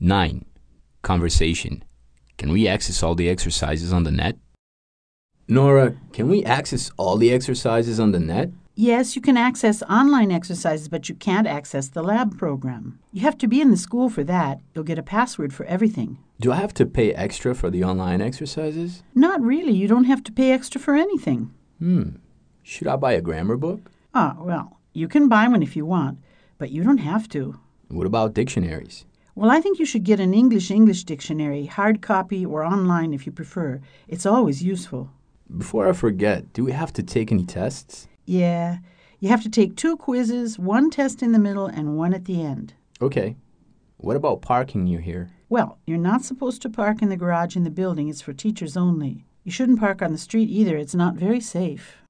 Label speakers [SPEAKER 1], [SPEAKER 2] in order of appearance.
[SPEAKER 1] 9. Conversation. Can we access all the exercises on the net? Nora, can we access all the exercises on the net?
[SPEAKER 2] Yes, you can access online exercises, but you can't access the lab program. You have to be in the school for that. You'll get a password for everything.
[SPEAKER 1] Do I have to pay extra for the online exercises?
[SPEAKER 2] Not really. You don't have to pay extra for anything.
[SPEAKER 1] Hmm. Should I buy a grammar book?
[SPEAKER 2] Ah, well, you can buy one if you want, but you don't have to.
[SPEAKER 1] What about dictionaries?
[SPEAKER 2] Well, I think you should get an English English dictionary, hard copy or online if you prefer. It's always useful.
[SPEAKER 1] Before I forget, do we have to take any tests?
[SPEAKER 2] Yeah, you have to take two quizzes, one test in the middle and one at the end.
[SPEAKER 1] Okay. What about parking near here?
[SPEAKER 2] Well, you're not supposed to park in the garage in the building. It's for teachers only. You shouldn't park on the street either. It's not very safe.